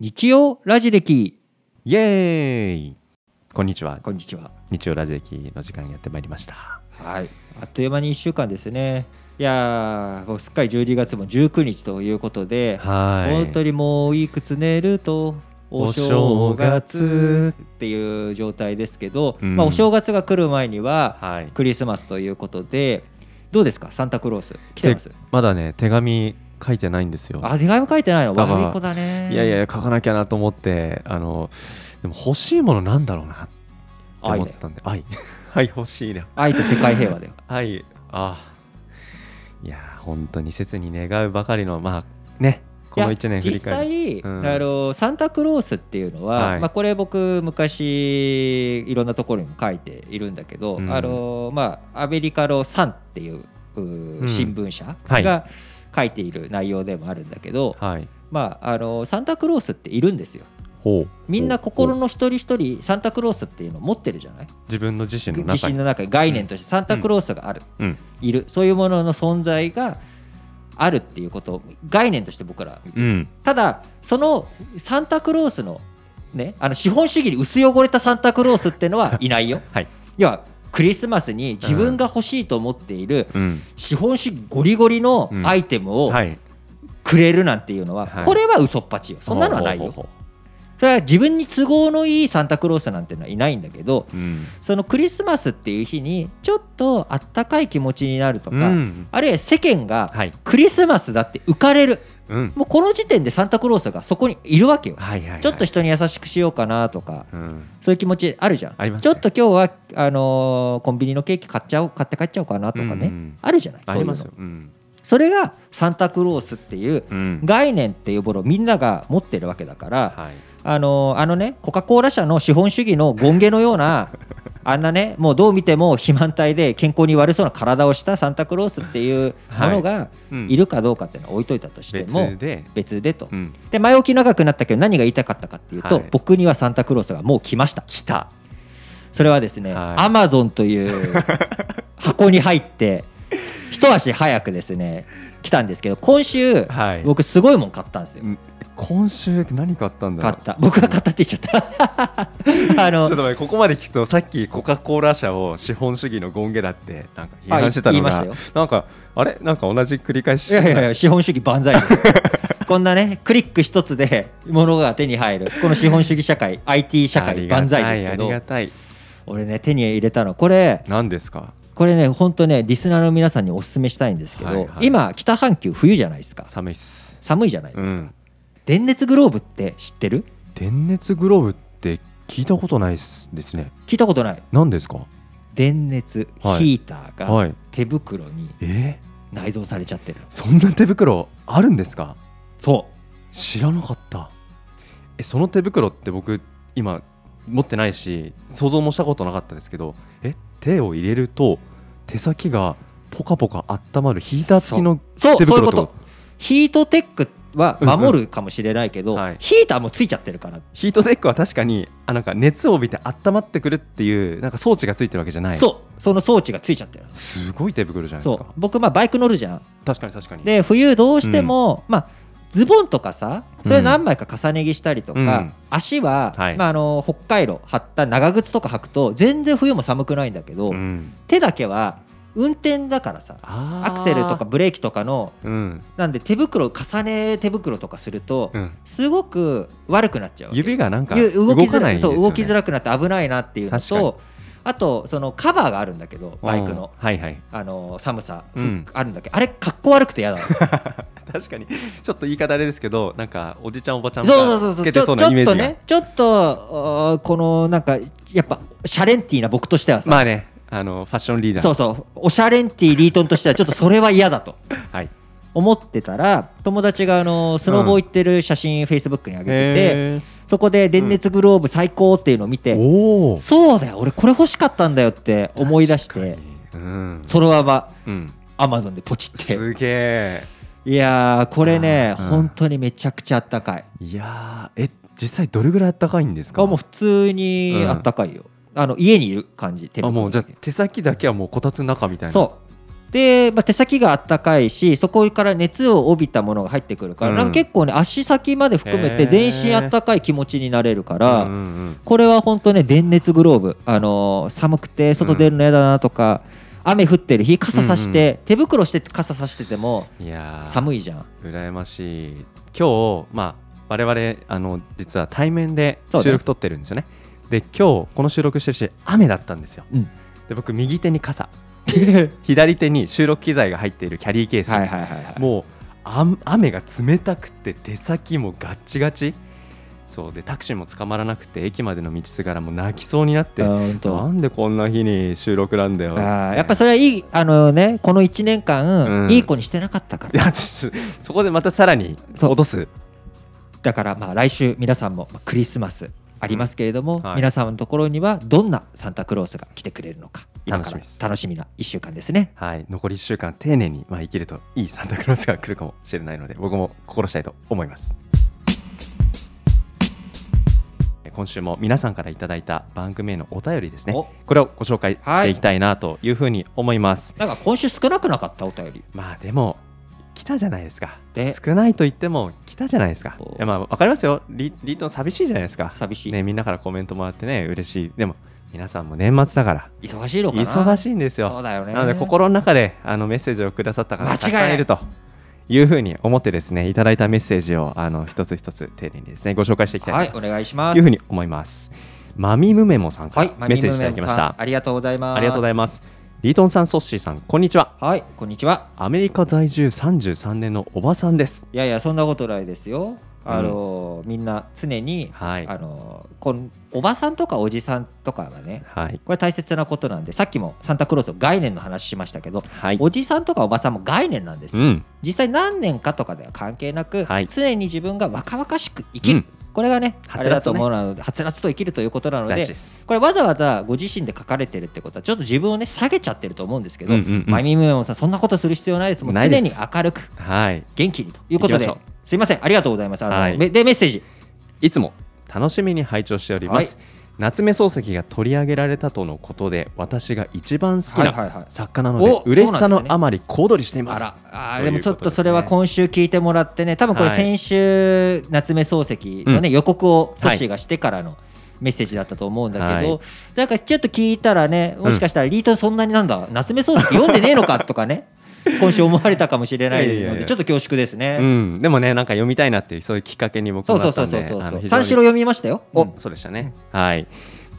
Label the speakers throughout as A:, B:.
A: 日曜ラジ歴
B: イエーイこんにちは
A: こんにちは
B: 日曜ラジエキの時間やってまいりました
A: はいあっという間に1週間ですねいやーもうすっかり12月も19日ということで、
B: はい
A: 本当にもういくつ寝るとお正
B: お正
A: 月
B: 月
A: っていう状態ですけど、
B: うん
A: まあ、お正月が来る前には
B: はい
A: クリスマスということでどうですかサンタクロース来てます
B: まだね手紙書いてないんですよ
A: あ手紙書いてないの
B: だから
A: 悪い子だね
B: いやいや書かなきゃなと思ってあのでも欲しいものなんだろうなって
A: 愛
B: 思っ
A: だよ
B: たんで愛愛欲しいな
A: 愛と世界平和だよ
B: 愛あいやー本当に切に願うばかりのまあねこの1年振り返り
A: いや実際、
B: うん
A: あのサンタクロースっていうのは、
B: はい
A: まあ、これ僕昔いろんなところにも書いているんだけど、
B: うん
A: あのまあ、アメリカの「サン」っていうう
B: うん
A: 新聞社
B: はい
A: が書いている内容でもあるんだけど、
B: はい
A: まあ、あのサンタクロースっているんですよ。
B: ほう
A: みんな
B: ほう
A: 心の一人一人サンタクロースっていうのを持ってるじゃない
B: 自分の自身の
A: 自
B: 中
A: 身
B: に
A: の中に概念としてサンタクロースがある、
B: うん
A: いるそういうものの存在があるっていうことを概念として僕ら
B: うん
A: ただそのサンタクロースの,、ね、あの資本主義に薄汚れたサンタクロースってのはい ないよ
B: はい
A: 要はクリスマスに自分が欲しいと思っている
B: うん
A: 資本主義ゴリゴリの
B: うん
A: アイテムを
B: はい
A: くれるなんていうのは、
B: はい
A: これは嘘っぱちよそんなのはない
B: ほう
A: よ
B: ほうほ
A: それは自分に都合のいいサンタクロースなんてのはいないんだけど
B: ううん
A: そのクリスマスっていう日にちょっとあったかい気持ちになるとか、
B: うん
A: あるいは世間が
B: はい
A: クリスマスだって浮かれる
B: うん
A: もうこの時点でサンタクロースがそこにいるわけよ
B: はいはいはい
A: ちょっと人に優しくしようかなとか
B: うん
A: そういう気持ちあるじゃん
B: ありますね
A: ちょっと今日はあのーコンビニのケーキ買っちゃおう買って帰っちゃおうかなとかね、
B: うんうん
A: あるじゃない
B: あります
A: そう
B: よ
A: いうの
B: うん
A: それがサンタクロースっていう
B: うん
A: 概念っていうものをみんなが持ってるわけだから、
B: はい
A: あのーあのねコカ・コーラ社の資本主義の権下のよう なあんなねもうどう見ても肥満体で健康に悪そうな体をしたサンタクロースっていうものが
B: うん
A: いるかどうかっていうのは置いといたとしても、
B: 別で
A: 別でと
B: う。ん
A: で前置き長くなったけど何が言いたかったかっていうと、
B: はい
A: 僕にはサンタクロースがもう来ました
B: 来た
A: それはですね、
B: はい
A: アマゾンという 箱に入って一足早くですね来たんですけど今週、
B: はい
A: 僕すごいもん買ったんですよ
B: うん今週何買ったんだ
A: 買
B: ろ
A: っ
B: う
A: た僕が買ったって言っちゃった あ
B: ちょ
A: の
B: っと待ってここまで聞くとさっきコカ・コーラ社を資本主義の権下だってなんか批判してたの
A: あ
B: が
A: 言いま
B: なんかあれなんか同じ繰り返し
A: いやいやいや資本主義万歳です よこんなねクリック一つで物が手に入るこの資本主義社会 IT 社
B: あり
A: 会
B: がたい
A: 万歳ですけ
B: ありが
A: ど
B: たい
A: 俺ね手に入れたのこれ
B: 何ですか
A: これね本当ねリスナーの皆さんにお勧めしたいんですけど、
B: はいはい
A: 今北半球冬じゃないですか
B: 寒いっす
A: 寒いじゃないうですか、
B: ん
A: 電熱グローブって知ってる
B: 電熱グローブって聞いたことないっすですね
A: 聞いたことない
B: 何ですか
A: 電熱ヒ
B: はい
A: ーターが
B: はい
A: 手袋に
B: え
A: 内蔵されちゃってる、
B: そんな手袋あるんですか
A: そ
B: 知らなかったえその手袋って僕今持ってないし想像もしたことなかったですけどえ手を入れると手先がポカポカ温まるヒーター付きの
A: うそう
B: 手
A: そういう
B: 袋っ
A: こ
B: てことと
A: ヒートテックは守るかもしれないけど、
B: うんうんはい
A: ヒーターもついちゃってるから、
B: ヒートテックは確かにあなんか熱を帯びて温まってくるっていうなんか装置がついてるわけじゃない
A: そうその装置がついちゃってる
B: すごい手袋じゃないで
A: そ
B: す
A: う
B: か
A: 僕まあバイク乗るじゃん
B: 確かに確かに
A: で冬どうしても、まあズボンとかさそれ何枚か重ね着したりとか、
B: うん
A: 足は、
B: はい
A: まあ、あの北海道張った長靴とか履くと全然冬も寒くないんだけど、
B: うん
A: 手だけは運転だからさ
B: あ
A: ア
B: ー
A: クセルとかブレーキとかの
B: うん
A: なんで手袋重ね手袋とかすると、
B: うん
A: すごく悪くなっちゃうわけ
B: 指がなんか
A: ゆ
B: 動
A: きづ
B: からない
A: い
B: ですよ
A: そう
B: ね
A: 動きづらくなって危ないなっていうの
B: 確かに
A: とあとそのカバーがあるんだけどバイクの
B: う。んはいはい
A: あの寒さ、
B: うん
A: あるんだけどあれ格好悪くて嫌だわ
B: 確かにちょっと言い方あれですけどなんかおじちゃんおばちゃん
A: そうそう
B: が
A: そ
B: つ
A: うそ
B: け
A: うち
B: て
A: ょ
B: そう
A: ちょ
B: なイメ
A: っ
B: ー
A: と
B: ジが
A: ねちょっとあーこのなんかやっぱシャレンティーな僕としてはさ、
B: まあねあのファッションリーダー
A: そうそうおしゃれンティーリートンとしてはちょっとそれは嫌だと
B: はい
A: 思ってたら友達があのスノボ行ってる写真フェイスブックに上げてて、
B: へ
A: そこで電熱グローブ最高っていうのを見て、
B: ーおお
A: そうだよ俺これ欲しかったんだよって思い出して
B: うん、
A: そのまま
B: うん、
A: アマゾンでポチって
B: すげえ
A: いやーこれね、
B: あーうん
A: 本当にめちゃくちゃあったかい
B: いやーえ実際どれぐらいあったかいんですか
A: あもう普通に
B: うん
A: あったかいよ、あの家にいる感じ手
B: あ
A: 袋
B: もうじゃあ
A: で
B: 手先だけはもうこたつの中みたいな
A: そで、まあ、手先があったかいしそこから熱を帯びたものが入ってくるから、
B: うん
A: なんか結構ね足先まで含め
B: へ
A: て
B: ー
A: 全身あったかい気持ちになれるから、
B: うんうんうん
A: これは本当ね電熱グローブ、あのー寒くて外出るの嫌だなとか、雨降ってる日傘さして、手袋して傘さしてても
B: いやー
A: 寒いじゃ ん。
B: 羨ましい今日まあ我々あの実は対面で
A: そうね
B: 収録撮ってるんですよねで今日この収録してるし雨だったんですよ、
A: うん
B: で僕右手に傘左手に収録機材が入っているキャリーケース、
A: はいはいはいはい、
B: もうあ雨が冷たくて手先もガッチガチそうでタクシーも捕まらなくて駅までの道すがらもう泣きそうになって
A: あ
B: な
A: ー本当
B: んでこんな日に収録なんだよ
A: あーやっぱそれはいいあのねこの1年間、
B: うん
A: いい子にしてなかったか
B: い
A: ら
B: やちょそこでまたさらに
A: そう
B: 落とす
A: だからまあ来週皆さんもまあクリスマスありますけれども、
B: うんはい
A: 皆さんのところにはどんなサンタクロースが来てくれるのか今か
B: 楽し
A: ら
B: みです
A: 楽しみな1週間ですね
B: はい、残り1週間丁寧に、まあ、生きるといいサンタクロースが来るかもしれないので僕も心したいと思います今週も皆さんからいただいた番組へのお便りですね
A: お
B: これをご紹介し
A: は
B: て
A: い
B: いきたいなというふうに思います、
A: なんか今週少なくなかったお便り
B: まあでも来たじゃないですか
A: で
B: 少ないと言っても来たじゃないですか
A: お
B: いやまあわかりますよリリートン寂しいじゃないですか
A: 寂しい、
B: ねみんなからコメントもらってね嬉しいでも皆さんも年末だから
A: 忙しいのかな
B: 忙
A: い
B: しいんですよ
A: そうだよね
B: なので心の中であのメッセージをくださった方
A: 間
B: た
A: 違
B: くさ
A: いない
B: んいるというふうに思ってですねいただいたメッセージをあの一つ一つ丁寧にですねご紹介していきたいな
A: はい
B: と
A: お願いしま
B: い
A: す
B: うふうに思います。マミムメモさんか
A: はい
B: らメッセージいただき
A: まみむめも
B: ました
A: さん。ありがとうございます
B: ありがとうございます。リートンさん、ソッシーさん、こんにちは。
A: はいこんにちは
B: アメリカ在住33年のおばさんです。
A: いやいやそんなことないですよあの、みんな常に、
B: はい。
A: あのこのおばさんとかおじさんとかがね
B: はい。
A: これ大切なことなんでさっきもサンタクロースの概念の話しましたけど
B: はい。
A: おじさんとかおばさんも概念なんです
B: う
A: よ、
B: ん。
A: 実際何年かとかでは関係なく、
B: はい
A: 常に自分が若々しく生
B: う
A: きる、
B: ん。
A: これがね
B: はつら
A: あれだと
B: つね
A: 思うのではつらつと生きるということなの
B: 大事
A: で
B: です。
A: これわざわざご自身で書かれてるってことはちょっと自分をね下げちゃってると思うんですけど、
B: うんうんうん
A: マイミムメモさんそんなことする必要ないですもう
B: ないで
A: 常
B: す
A: に明るく
B: はい。
A: 元気にということ
B: 行き
A: で
B: ましょ
A: すいませんありがとうございますあの、
B: はい
A: めでメッセージ
B: いつも楽しみに拝聴しております、夏目漱石が取り上げられたとのことで私が一番好き
A: はいは
B: ない
A: はい
B: 作家なので、
A: お
B: 嬉し
A: そ
B: さ
A: うなん
B: の
A: ですね
B: あまり小躍りしています
A: あらあー
B: ということですね
A: でもちょっとそれは今週聞いてもらってね多分これ
B: はい
A: 先週、夏目漱石のね、
B: う
A: 予告をソッシーがしてからのメッセージだったと思うんだけど、
B: はい
A: なんかちょっと聞いたらねもしかしたらリートンそんなになんだ、夏目漱石読んでねえのかとか ね今週思われたかもしれないので
B: いやいやいや
A: ちょっと恐縮ですね、
B: うん、でもねなんか読みたいなっていうそういうきっかけに僕
A: そ
B: も
A: うそ
B: な
A: う
B: っ
A: そ
B: た
A: うんそう
B: で
A: そう
B: あの非常
A: 三
B: に
A: 四郎読みましたよ、
B: お、
A: うん
B: そうでしたね、はい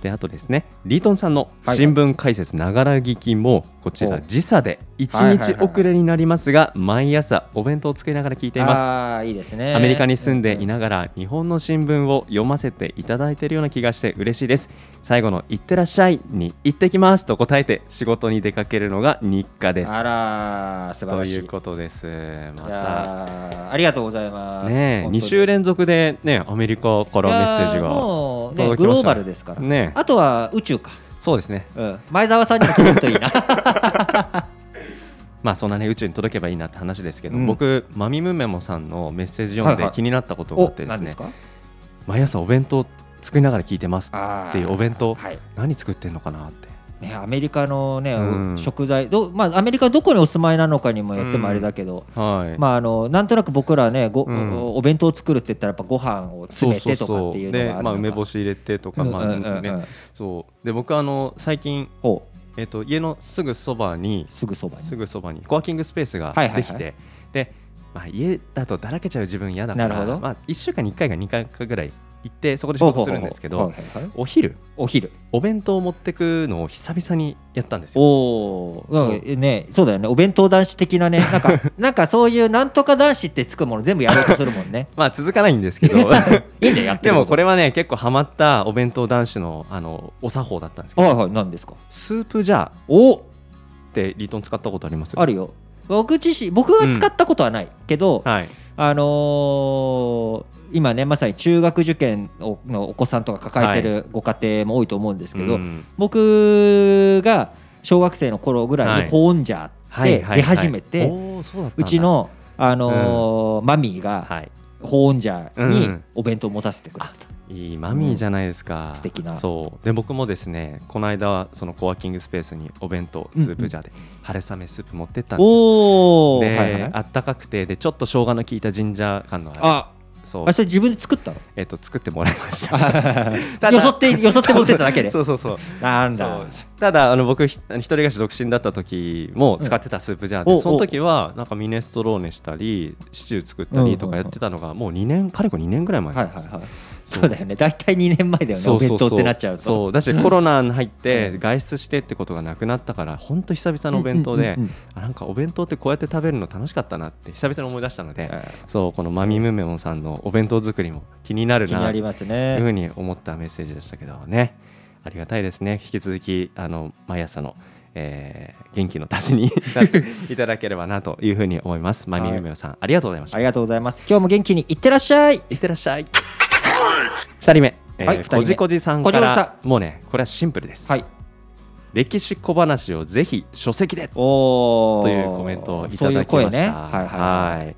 B: であとですねリートンさんの
A: はい
B: 新聞解説ながら聞きもこちら
A: お
B: 時差で
A: はいはい
B: 1日
A: はい
B: 遅れになりますが毎朝お弁当を作りながら聞いています
A: あーいいですね
B: アメリカに住んでい
A: な
B: ながら日本の新聞を読ませていただいているような気がして嬉しいです最後の「いってらっしゃい」に「行ってきます」と答えて仕事に出かけるのが日課です
A: あらー素晴
B: と
A: らしい
B: いうことですま
A: い
B: た
A: やーありがとうございます
B: ね
A: 本当に
B: 2週連続でねアメリカからメッセージ
A: いや
B: が
A: もう、ね、
B: 届きました
A: グ
B: ね
A: ローバルですから、
B: ね
A: あとは宇宙か、
B: そうですね
A: うん、前澤さんにも届くといい な
B: まあそんなね宇宙に届けばいいなって話ですけど、
A: うん
B: 僕マミムメモさんのメッセージ読ん
A: はい
B: で
A: はい
B: 気になったことがあ
A: お
B: ってです
A: 何
B: ね、
A: ですか
B: 毎朝お弁当作りながら聞いてます
A: っ
B: っていうお弁当
A: はい
B: 何作ってんのかなって
A: ね、アメリカの、ね
B: うん
A: 食材ど、まあ、アメリカどこにお住まいなのかにもよって
B: うん
A: もあれだけど、
B: はい
A: まあ、あのなんとなく僕らねご、
B: うん
A: おお弁当を作るって言ったらやっぱご飯を詰めてとかっていうのが
B: で
A: あるのか
B: まあ、梅干し入れてとか、まあ
A: うんうんうんうん
B: ね、そうで僕あの最近、
A: お
B: えっと家のすぐそばに
A: すぐそばに
B: すぐそばにコワーキングスペースが
A: はいはいは
B: で
A: い
B: きて、で、まあ、家だとだらけちゃう自分嫌だから
A: なるほど
B: まあ、1週間に1回か2回かぐらい行ってそこで仕事するんですけど
A: ほうほうほうはいはいはい
B: お昼
A: お昼
B: お弁当を持ってくのを久々にやったんですよ。
A: おお、
B: そう
A: うんね、そうだよね、お弁当男子的な ね、なんか、なんかそういうなんとか男子ってつくもの全部やろうとするもん ね。
B: まあ続かないんです けど
A: い いんだよ、やって
B: で
A: る
B: もこ
A: れ。
B: れはね結構ハマったお弁当男子のあのお作法だったんですけ
A: はい
B: ど
A: はい、なんですか。
B: スープジャーっ
A: お、
B: てリートン使ったことあります
A: あるよ。僕自身、僕は使ったことはないけど、
B: はい、
A: あのー今ね、まさに中学受験をのお子さんとか抱えてるご家庭も多いと思うんですけど、
B: うん
A: 僕が小学生の頃ぐらい
B: はい
A: に保温ジャーって出始めて、
B: おーそうだったん
A: う
B: だ
A: ちの、あのーマミーが、
B: はい
A: 保温ジャー
B: うんう
A: に
B: ん
A: お弁当を持たせてくれた、
B: いいマミーじゃないですか、
A: 素敵な
B: そうで僕もですねこの間そのコワーキングスペースにお弁当スープジャーで春雨スープ持ってったんですよ
A: おお、
B: で、
A: はいはい
B: あったかくてでちょっと生姜の効いたジンジャー感のある
A: あ
B: そう
A: あ、それ自分で作ったの
B: えっと作ってもらいました ただ
A: よそってよそって持ってっただけで
B: そうそうそう
A: なんだ
B: そうただあの僕ひ一人暮らし独身だった時も使ってたスープジャーで、
A: うんお
B: その時はなんかミネストローネしたりシチュー作ったりとかやってたのがもう2年かれこ2年ぐらい前
A: は
B: ない
A: は
B: ん
A: い
B: ですよ
A: はいそうだよね大体2年前だよね
B: そ
A: お
B: うそ
A: 弁
B: う
A: 当
B: そう
A: ってなっちゃうと
B: そうだしコロナに入って
A: うん
B: 外出してってことがなくなったから本当久々のお弁当で
A: うんうんうん
B: あなんかお弁当ってこうやって食べるの楽しかったなって久々に思い出したので
A: え
B: そうこのマミムメモさんのお弁当作りも気にな
A: え
B: る
A: 気に
B: な
A: な
B: とい
A: り
B: う
A: ます
B: ふう
A: ね
B: に思ったメッセージでしたけどねありがたいですね引き続きあの毎朝の、えー元気の足し に なっていただければなというふうに思いますマミムメモさんありがとうございました
A: ありがとうございます今日も元気にいってらっしゃい
B: いってらっしゃい。二人目、えー
A: はい二人目
B: こじこじさんか
A: こじこじ
B: ら
A: さ
B: もうねこれはシンプルです。
A: はい
B: 歴史小話をぜひ書籍で
A: おお
B: というコメントをいた
A: そう
B: だきました。
A: いう声ねはいはいはい
B: はい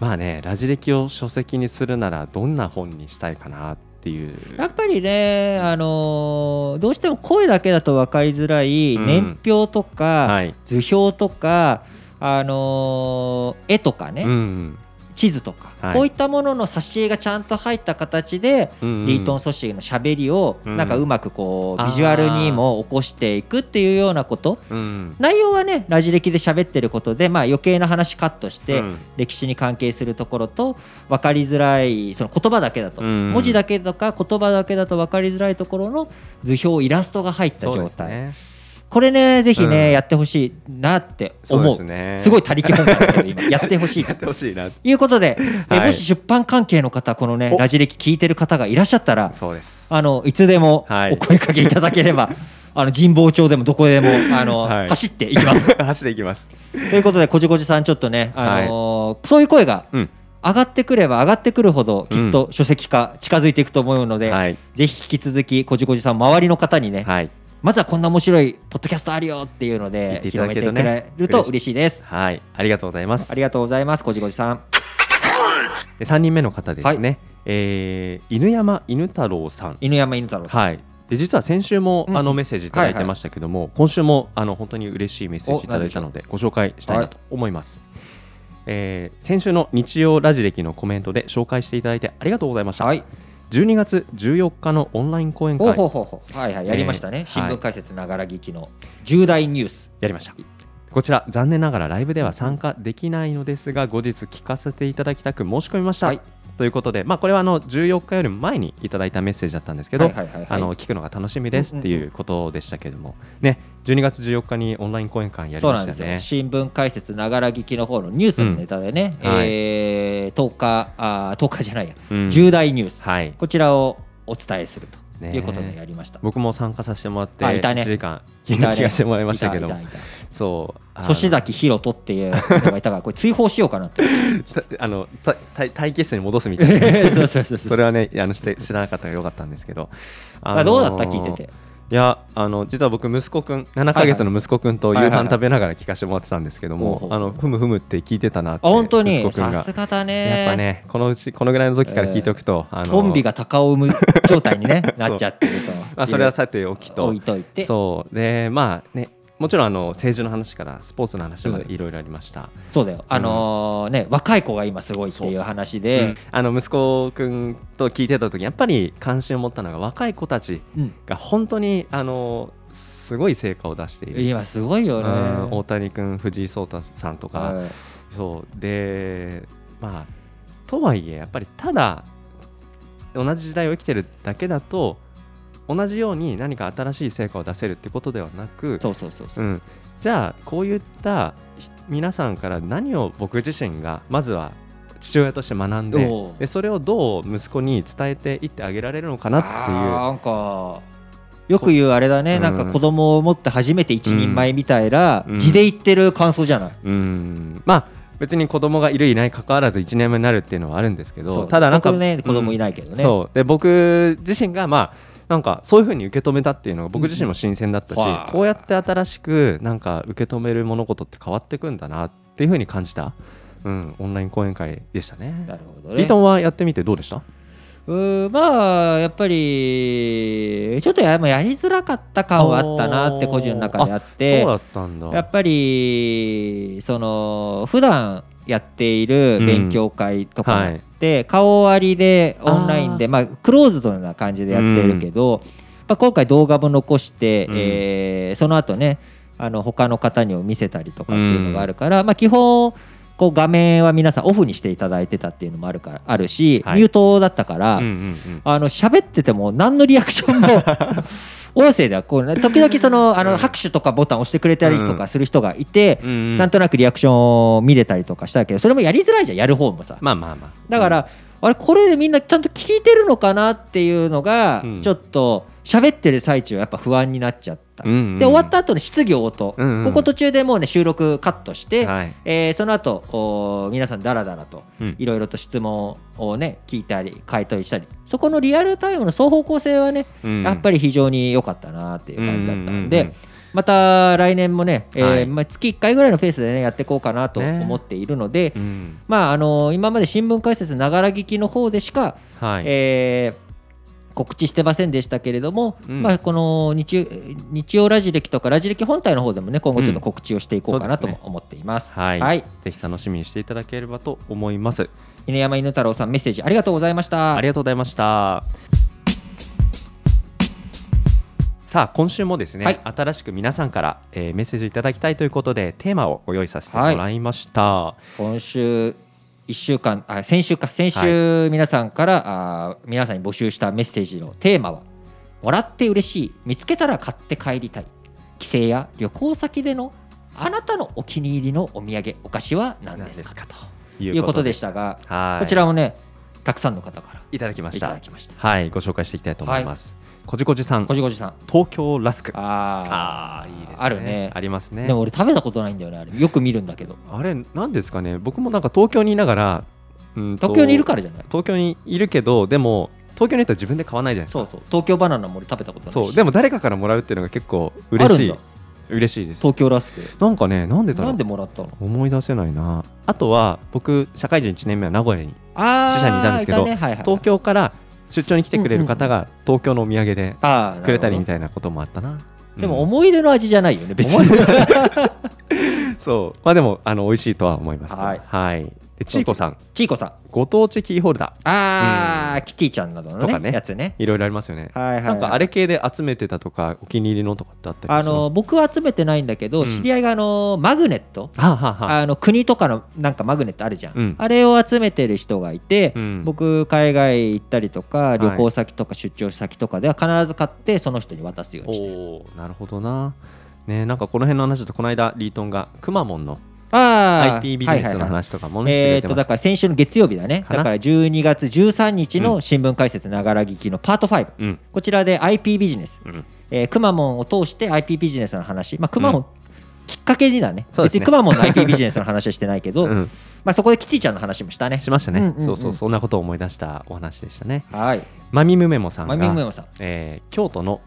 B: まあねラジ歴を書籍にするならどんな本にしたいかなっていう。
A: やっぱりね、あのーどうしても声だけだと分かりづらい
B: うん
A: 年表とか、
B: はい。
A: 図表とか、あのー絵とかね、
B: うん
A: 地図とか、
B: はい
A: こういったものの挿絵がちゃんと入った形で、
B: うん
A: リートン・ソシーのしゃべりを
B: うん
A: なんかうまくこう、ビジュアルにも起こしていくっていうようなこと
B: うん
A: 内容はねラジ歴で喋ってることで、まあ、余計な話カットして、
B: うん
A: 歴史に関係するところと分かりづらいその言葉だけだと、
B: うん
A: 文字だけとか言葉だけだと分かりづらいところの図表イラストが入った
B: そう
A: 状
B: です
A: 態、
B: ね。
A: これねぜひね、
B: うん
A: やってほしいなって思
B: そう
A: う
B: ですね。
A: すご
B: い
A: い他力本願だけど今やってほしい
B: やってほしいな。
A: ということで、え
B: はい
A: もし出版関係の方このね
B: お
A: ラジ歴聞いてる方がいらっしゃったら
B: そうです。
A: あのいつでも
B: はい
A: お声かけいただけれ ば、あの神保町でもどこでもあの、
B: はい
A: 走っていき ます。
B: 走っていきます。
A: ということでこじこじさんちょっとね、あのーそういう声が
B: うん
A: 上がってくれば上がってくるほどきっと書籍化近づいていくと思うので、
B: はい
A: ぜひ引き続きこじこじさん周りの方にね、
B: はい
A: まずはこんな面白いポッドキャストあるよっていうの
B: 言っ
A: で
B: ていた
A: 広
B: だ
A: め
B: け
A: て
B: ると
A: く
B: ね
A: れると嬉しいです。
B: はいありがとうございます
A: あり。がとうございますこじこじさん。
B: で3人目の方ですね、
A: は
B: えー犬山犬太郎さん、
A: 犬山犬太郎さん。
B: はい、で実は先週も
A: うん
B: あのメッセージいただい
A: はい
B: て
A: はい
B: ましたけども、今週もあの本当に嬉しいメッセージいただいたのでご紹介したいなと思います、えー先週の日曜ラジ歴のコメントで紹介していただいてありがとうございました、
A: はい。
B: 12月14日のオンライン講演
A: ほうほ
B: 会
A: うほうほう。はいはいやりましたね。
B: えー
A: 新聞解説ながら聞きの重大ニュース。
B: やりましたこちら残念ながらライブでは参加できないのですが後日聞かせていただきたく申し込みました、
A: はい
B: ということで、まあ、これはあの14日よりも前にいただいたメッセージだったんですけど、
A: はいはいはいはい
B: あの聞くのが楽しみですっていうことでしたけれども、ね、12月14日にオンライン講演会やり
A: そう
B: ま
A: なん
B: し
A: です
B: た
A: よ、
B: よね。
A: 新聞解説ながら聞きの方のニュースのネタでね、
B: うんはい
A: えー10日あー10日じゃないや、
B: うん
A: 重大ニュース、
B: はい、
A: こちらをお伝えすると
B: ねえ
A: いうことでやりました。
B: 僕も参加させてもらって
A: あいたね
B: 1時間
A: いたね
B: 聞かせてもらいましたけど
A: いた
B: も
A: いたい
B: そう
A: た
B: あの
A: 粗志崎ひろとっていうのがいたからこれ追放しようかなって
B: たあのたた待機室に戻すみたいな
A: そうそうそうそ
B: そうれはねあのして知らなかったからよかったんですけど、あの
A: あどうだった聞いてて
B: いやあの実は僕息子くん7ヶ月の息子くんと
A: はい
B: 夕
A: はい
B: 飯食べながら聞かせてもらってたんですけど
A: ほうほ
B: も
A: う
B: あのふむふむって聞いてたなって
A: あ本当
B: 息
A: に
B: 子くん
A: さ
B: が
A: すがだね
B: やっぱねこのうちこのぐらいの時から聞いておくと、あの
A: コンビが鷹を生む状態に、ね、 なっちゃってると
B: まあそれはさておきと
A: 置いといてそう
B: そうでまあねもちろんあの政治の話からスポーツの話ま
A: う
B: で
A: ん
B: いろいろありました、
A: だよあのーね若い子が今すごいっていう話
B: う
A: で
B: んあの息子くんと聞いてた時やっぱり関心を持ったのが若い子たち
A: うん
B: が本当にあのすごい成果を出している、
A: 今すごいよね
B: うん大谷君藤井聡太さんとか、
A: はい
B: そうでまあとはいえやっぱりただ同じ時代を生きてるだけだと同じように何か新しい成果を出せるってことではなく、
A: そうそうそうそう
B: ん、じゃあこういったひ皆さんから何を僕自身がまずは父親として学ん
A: お
B: で
A: う
B: でそれをどう息子に伝えていってあげられるのかなって
A: あー
B: いう。
A: なんかよく言うあれだね、
B: うん
A: なんか子供を持って初めて一人前みたいな、
B: うん
A: 地で言ってる感想じゃない、
B: うんまあ別に子供がいるいない関わらず1年目になるっていうのはあるんですけ
A: そ
B: ど
A: う
B: ただなんか
A: 僕ね子供い
B: ない
A: ないけどね、
B: そうで僕自身がまあなんかそういうふうに受け止めたっていうのが僕自身も新鮮だったし、
A: うんうん
B: こうやって新しくなんか受け止める物事って変わっていくんだなっていうふうに感じたうん、オンライン講演会でしたね
A: なるほどね
B: リートンはやってみてどうでした
A: うーまあやっぱりちょっとややりづらかった感はあったなって
B: おー
A: 個人の中であって
B: そうだったんだ
A: やっぱりその普段やっている勉強会とかって、顔ありでオンラインでまあ、クローズドな感じでやってるけど、まあ、今回動画も残して、
B: うん
A: えーその後ねあの他の方にも見せたりとかっていうのがあるから、まあ、基本こう画面は皆さんオフにしていただいてたっていうのもあるからあるし、
B: はい
A: ミュートだったから、
B: うんうんうん
A: あの喋ってても何のリアクションも 音声ではこうね時々そのあの拍手とかボタン押してくれたりとかする人がいて、
B: うんうん
A: なんとなくリアクションを見れたりとかしたけどそれもやりづらいじゃんやる方もさ
B: まあまあまあ
A: だから、あれこれでみんなちゃんと聞いてるのかなっていうのが、
B: うん
A: ちょっと喋ってる最中やっぱ不安になっちゃった、
B: うんうんうん
A: で終わった後の質疑応答、
B: うんうん
A: ここ途中でもうね収録カットして、
B: はい
A: えーその後おー皆さんだらだらと
B: うん
A: いろいろと質問をね聞いたり回答したりそこのリアルタイムの双方向性はね、やっぱり非常に良かったなっていう感じだったんで、
B: うんうんうんうん
A: また来年もね、えー
B: はい
A: まあ、月1回ぐらいのペースでねやっていこうかなと
B: ね
A: 思っているので、
B: りうん
A: まああの今まで新聞解説ながら聞きの方でしか、
B: はい
A: えー告知してませんでしたけれども、
B: うん
A: まあ、この日日曜ラジ歴とかラジ歴本体の方でもね今後ちょっと告知をしていこうかなとも思っています。
B: はい、
A: はい
B: ぜひ楽しみにしていただければと思います。
A: 犬山犬太郎さんメッセージありがとうございました
B: ありがとうございました。さあ今週もですね、
A: はい
B: 新しく皆さんから、えーメッセージいただきたいということでテーマをご用意させてもらいました。
A: 今週一週間あ先週か先週皆さんから、あー皆さんに募集したメッセージのテーマは「もらって嬉しい見つけたら買って帰りたい帰省や旅行先でのあなたのお気に入りのお土産お菓子は何
B: 何
A: ですか?」
B: かと
A: と
B: い
A: いうことで
B: し
A: したが、
B: た。はい。
A: こちらもねたくさんの方から
B: いただきま
A: い
B: した
A: だ
B: た。
A: きました。
B: はい、ご紹介していきたいと思います。こじこじさん
A: こ、じこじさん
B: 東京ラスク。
A: あー
B: ー
A: あるね
B: ありますね。
A: でも俺食べたことないんだよねあれよく見るんだけど
B: あれなんですかね。僕もなんか東京にいながら、うんと
A: 東京にいるからじゃない
B: 東京にいるけどでも東京の人は自分で買わないじゃないです
A: そ
B: か
A: うそう東京バナナも俺食べたことないし
B: そうでも誰かからもらうっていうのが結構嬉し
A: あ
B: い
A: るんだ
B: 嬉しいです
A: 東京ラスク
B: なんかねなんでだろ
A: な
B: うん
A: でもらったの
B: 思い出せないなあとは僕社会人1年目は名古屋に
A: あー
B: 支社にいたんですけど
A: ねはいはいはい
B: 東京から出張に来てくれる方が東京のお土産で
A: あー
B: くれたり
A: な
B: み
A: る
B: たいなこともあったな
A: ほどでも
B: うん
A: 思い出の味じゃないよね別に
B: そうまあでもあの美味しいとは思います
A: はい
B: はいでちいこさん
A: ちいこさん
B: ご当地キーホルダ
A: あーキティちゃんなどの
B: と
A: ね
B: かね
A: やつね
B: ーいろいろありますよね
A: はいはいはい
B: なんかあれ系で集めてたとかお気に入りのとかってあったり
A: あ
B: します
A: の僕は集めてないんだけど、
B: うん
A: 知り合いがあのマグネット
B: あはは
A: あの国とかのなんかマグネットあるじゃん、
B: うん
A: あれを集めてる人がいて、
B: うん
A: 僕海外行ったりとか
B: い
A: 旅行先とか出張先とかでは必ず買ってその人に渡すようにしてる
B: おーなるほどな。ね、なんかこの辺の話だとこの間リートンがくまモンの
A: あー
B: IP ビジネスの
A: はいはいはい
B: 話とかもねして
A: え
B: くれ
A: ー、と
B: てま
A: だ
B: し
A: から先週の月曜日だね
B: かな
A: だから12月13日の新聞解説ながら聞きのパート5、
B: うん
A: こちらで IP ビジネス、
B: うん
A: えー、くまモンを通して IP ビジネスの話、まあ、くまモン、きっかけにだね
B: そうです
A: 別
B: ね
A: にくまモンの IP ビジネスの話はしてないけ
B: た
A: ど、
B: うん、
A: まあ、そこでキティちゃんの話もしたね
B: しましたね、
A: うんうんうん
B: そうそうそんなことを思い出したお話でしたね
A: はい
B: マミムメモさん
A: マ
B: が
A: ミムメモさん
B: えー京都の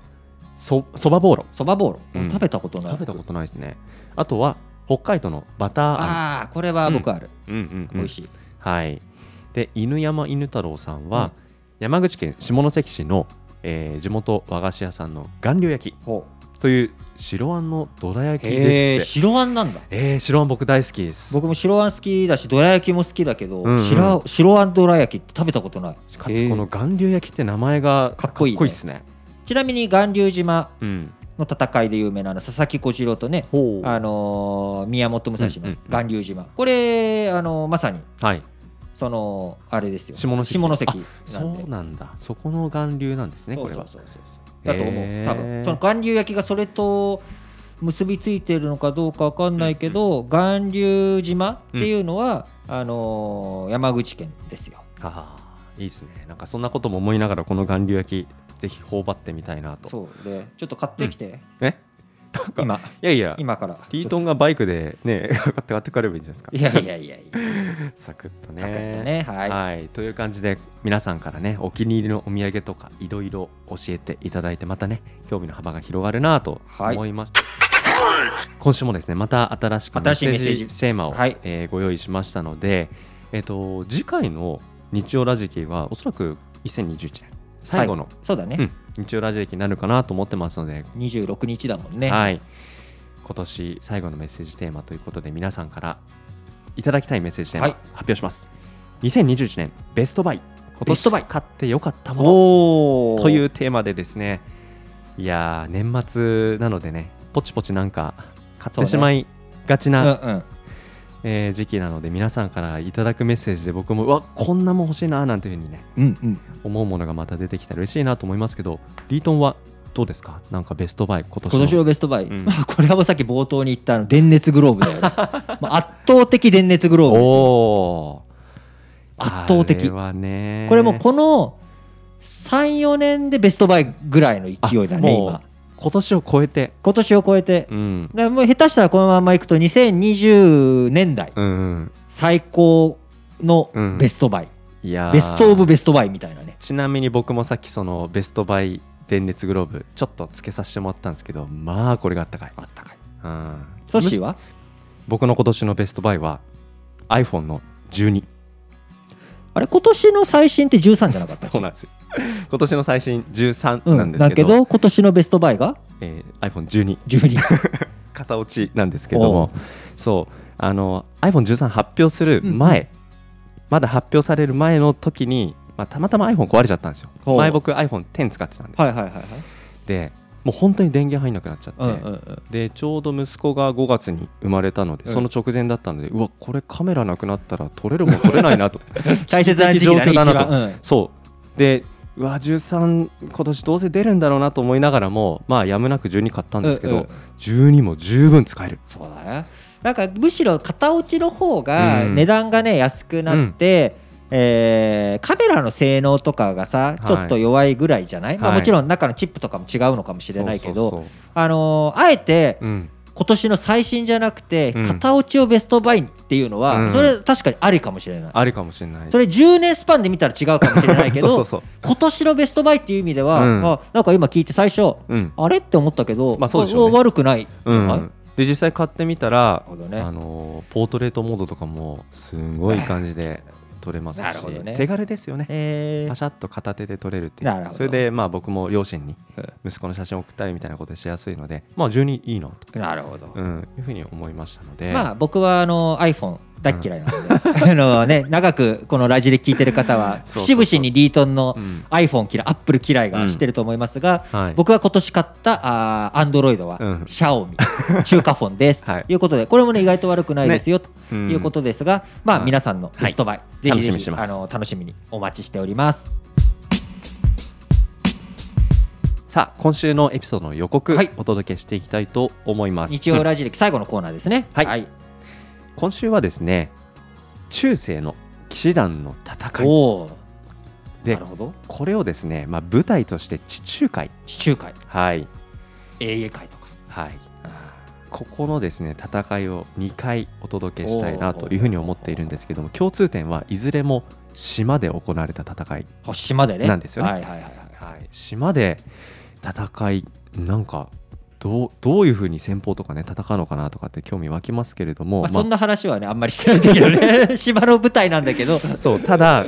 B: そそばぼうろ
A: そばボーロ、
B: うん
A: 食べたことない
B: 食べたことないですねあとは北海道のバターあん
A: ああこれは僕ある、
B: うんうんうん
A: 美味しい
B: はいで犬山犬太郎さんは、
A: うん
B: 山口県下関市の、えー地元和菓子屋さんの顔料焼き
A: ほ
B: という白あんのどら
A: う
B: 焼き
A: へ
B: で
A: え
B: すって
A: 白あんなんだ
B: えー、白あん僕大好きです
A: 僕も白あん好きだしどら焼きも好きだけど、
B: うんうん
A: 白白あんどら焼きって食べたことない
B: しかつこの巌流焼きって名前が
A: かっこいいね
B: かっこいいですね
A: ちなみに巌流島
B: うん
A: の戦いで有名なあの佐々木小次郎とね、
B: ほ
A: あのー宮本武蔵
B: うんうんう
A: の巌
B: ん
A: 流島、これ、あのーまさに
B: はい
A: そのあれですよ
B: 下関
A: 下
B: あ
A: 関なんで
B: そうなんだそこの巌流なんですねこれは
A: そうそうそうそうだと思う、
B: へー
A: 多分その巌流焼きがそれと結びついてるのかどうかわかんないけど、巌流島っていうのは、あのー山口県ですよ
B: ああいいですねなんかそんなことも思いながらこの巌流焼きぜひ頬張ってみたいなと
A: そうでちょっと買ってきて、
B: ねなんか
A: 今
B: いやいや
A: 今から
B: リートンがバイクでね 買って買ってくればいいんじゃない
A: い
B: です
A: やいやいやいや
B: かサクッと ね
A: サクッとねはい、
B: はい、という感じで皆さんからねお気に入りのお土産とかいろいろ教えていただいてまたね興味の幅が広がるなと思いました、今週もですねまた新しくメッ
A: 新しい
B: セ
A: メッ
B: ー
A: セージ
B: ジテーマを、
A: はい
B: えーご用意しましたので、えっと次回の日曜ラジキはおそらく2021年最後の、
A: そうだね、
B: うん、日曜ラジキになるかなと思ってますので、
A: 26日だもんね、
B: はい、今年最後のメッセージテーマということで皆さんからいただきたいメッセージテーマ
A: はい
B: 発表します、2021年ベストバイ今
A: ベストバイ
B: 年買ってよかったもの
A: おお
B: といううテーマでですねいやー年末なのでねポチポチなんか買ってしまいがち
A: ん
B: な、
A: うん
B: えー時期なので皆さんからいただくメッセージで僕もうわこんなもん欲しいななんていうふうにね
A: うんうん
B: 思うものがまた出てきたら嬉しいなと思いますけどリートンはどうですかなんかベストバイ今年の
A: 今年のベストバイ、
B: うん
A: まあ これはもうさっき冒頭に言ったあの電熱グローブだよね、まあ、圧倒的電熱グローブですよ
B: お
A: 圧倒的
B: これはね
A: これもうこの34年でベストバイぐらいの勢いだ
B: あ
A: ね
B: もう
A: 今
B: 今年を超えて
A: 今年を超えて、
B: うん
A: だからもう下手したらこのままいくと2020年代
B: うんうん
A: 最高の
B: うん
A: ベストバイ、
B: いやー
A: ベスト・オブ・ベストバイみたいなね
B: ちなみに僕もさっきそのベストバイ電熱グローブちょっとつけさせてもらったんですけどまあこれがあったかい、
A: あったかい
B: うん、
A: ソッシーは
B: 僕の今年のベストバイは iPhone の12
A: あれ今年の最新って13じゃなかった
B: そうなんですよ今年の最新13
A: うん
B: なんですけど,、
A: だけど今年のベストバイが
B: えー iPhone12
A: 12
B: 片落ちなんですけどもそうあの iPhone13 発表する前、まだ発表される前の時に、まあ、たまたま iPhone 壊れちゃったんですよ
A: ほう
B: 前僕 iPhone10 使ってたんです、
A: はいはいはいはい
B: でもう本当に電源入んなくなっちゃって、
A: うんうんうん
B: でちょうど息子が5月に生まれたので、
A: うん
B: その直前だったのでうわこれカメラなくなったら撮れるもん撮れないなと
A: 大切な時期だね
B: 危
A: 一
B: 機的状況だな
A: 番
B: と
A: うん
B: そうでうわ13今年どうせ出るんだろうなと思いながらもまあやむなく12買ったんですけど、
A: うんうん
B: 12も十分使える
A: そうだよなんかむしろ片落ちの方が
B: うん
A: 値段がね安くなって、えーカメラの性能とかがさ
B: はい
A: ちょっと弱いぐらいじゃない、まあ、
B: はい
A: もちろん中のチップとかも違うのかもしれないけど
B: そうそう
A: あのーあえて
B: そううん
A: 今年の最新じゃなくて
B: うん
A: 片落ちをベストバイっていうのは、
B: うん
A: それ確かにありかもしれない、
B: ありかもしれない
A: それ10年スパンで見たら違うかもしれないけど
B: そうそう
A: 今年のベストバイっていう意味では、
B: うん
A: あなんか今聞いて最初
B: そううん、
A: あれって思ったけど、
B: まあそうでしょうね
A: これ悪くないじゃ
B: う
A: ない、
B: ん、で実際買ってみたら
A: なるほどね
B: あのポートレートモードとかもすごい感じで撮れますし
A: なるほどね
B: 手軽ですよね
A: えー
B: パシャッと片手で撮れるってい
A: なるほ
B: う
A: ど
B: それでまあ僕も両親に
A: うん
B: 息子の写真を送ったりみたいなことしやすいのでまあ12いいなと、
A: なるほど、
B: うん、いうふうに思いましたので、
A: まあ僕はあの iPhone 大っ嫌いなので、 あのね長くこのラジで聞いてる方は
B: そうそうそう
A: 節々にリートンの
B: うん、
A: iPhone 嫌い Apple 嫌いがしてると思いますが、
B: はい、
A: 僕は今年買ったあー Android は、
B: うん
A: シャオミ 中華フォンですと
B: はい
A: いうことでこれもね意外と悪くないですよ、
B: う
A: と
B: ん
A: いうことですが、まあ
B: はい
A: 皆さんのベストバイ、ぜひぜ
B: 楽しみに
A: ひ
B: してます
A: あの楽しみにお待ちしております。
B: さあ今週のエピソードの予告、
A: はい
B: お届けしていきたいと思います
A: 日曜ラジ歴最後のコーナーですね。
B: はいうん今週はですね中世の騎士団の戦い
A: おお。
B: で
A: なるほど。
B: これをですね、まあ、舞台として地中海
A: 地中海、
B: はい
A: 英英海とか。
B: はい
A: あ
B: ここのですね戦いを2回お届けしたいなというふうに思っているんですけども共通点はいずれも島で行われた戦い、
A: ー島でね。
B: なんですよね
A: はいはいはいはい。
B: 島で戦いなんかどうどういうふうに戦法とかね戦うのかなとかって興味湧きますけれども、
A: まあ、
B: まあ
A: そんな話はねあんまりしてないんだけど ね芝の舞台なんだけど
B: そうただ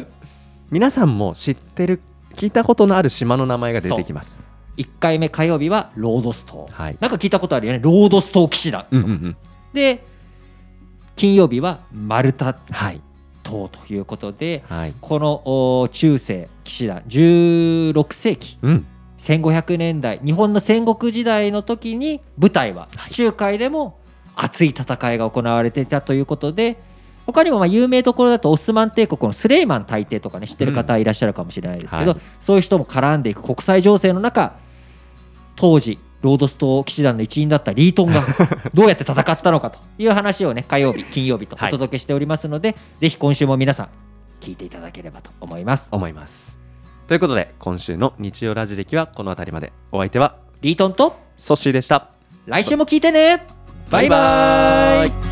B: 皆さんも知ってる聞いたことのある島の名前が出てきます。
A: 1回目火曜日はロードストー
B: はい
A: なんか聞いたことあるよねロードストー騎士団、
B: うんうんうん
A: で金曜日はマルタ
B: はい
A: 島ということで
B: はい
A: このお中世騎士団16世紀
B: うん
A: 1500年代日本の戦国時代の時に舞台は地中海でも熱い戦いが行われていたということで他にもまあ有名どころだとオスマン帝国のスレイマン大帝とかね知ってる方いらっしゃるかもしれないですけど、
B: うんは
A: そういう人も絡んでいく国際情勢の中当時ロードストー騎士団の一員だったリート ンがどうやって戦ったのかという話をね火曜日金曜日とお
B: はい
A: 届けしておりますので、ぜひ今週も皆さん聞いていただければと思います。
B: 思います。ということで今週の日曜ラジ歴はこの辺りまでお相手は
A: リートンと
B: ソッシーでした。
A: 来週も聞いてねバイバイ
B: バイバーイ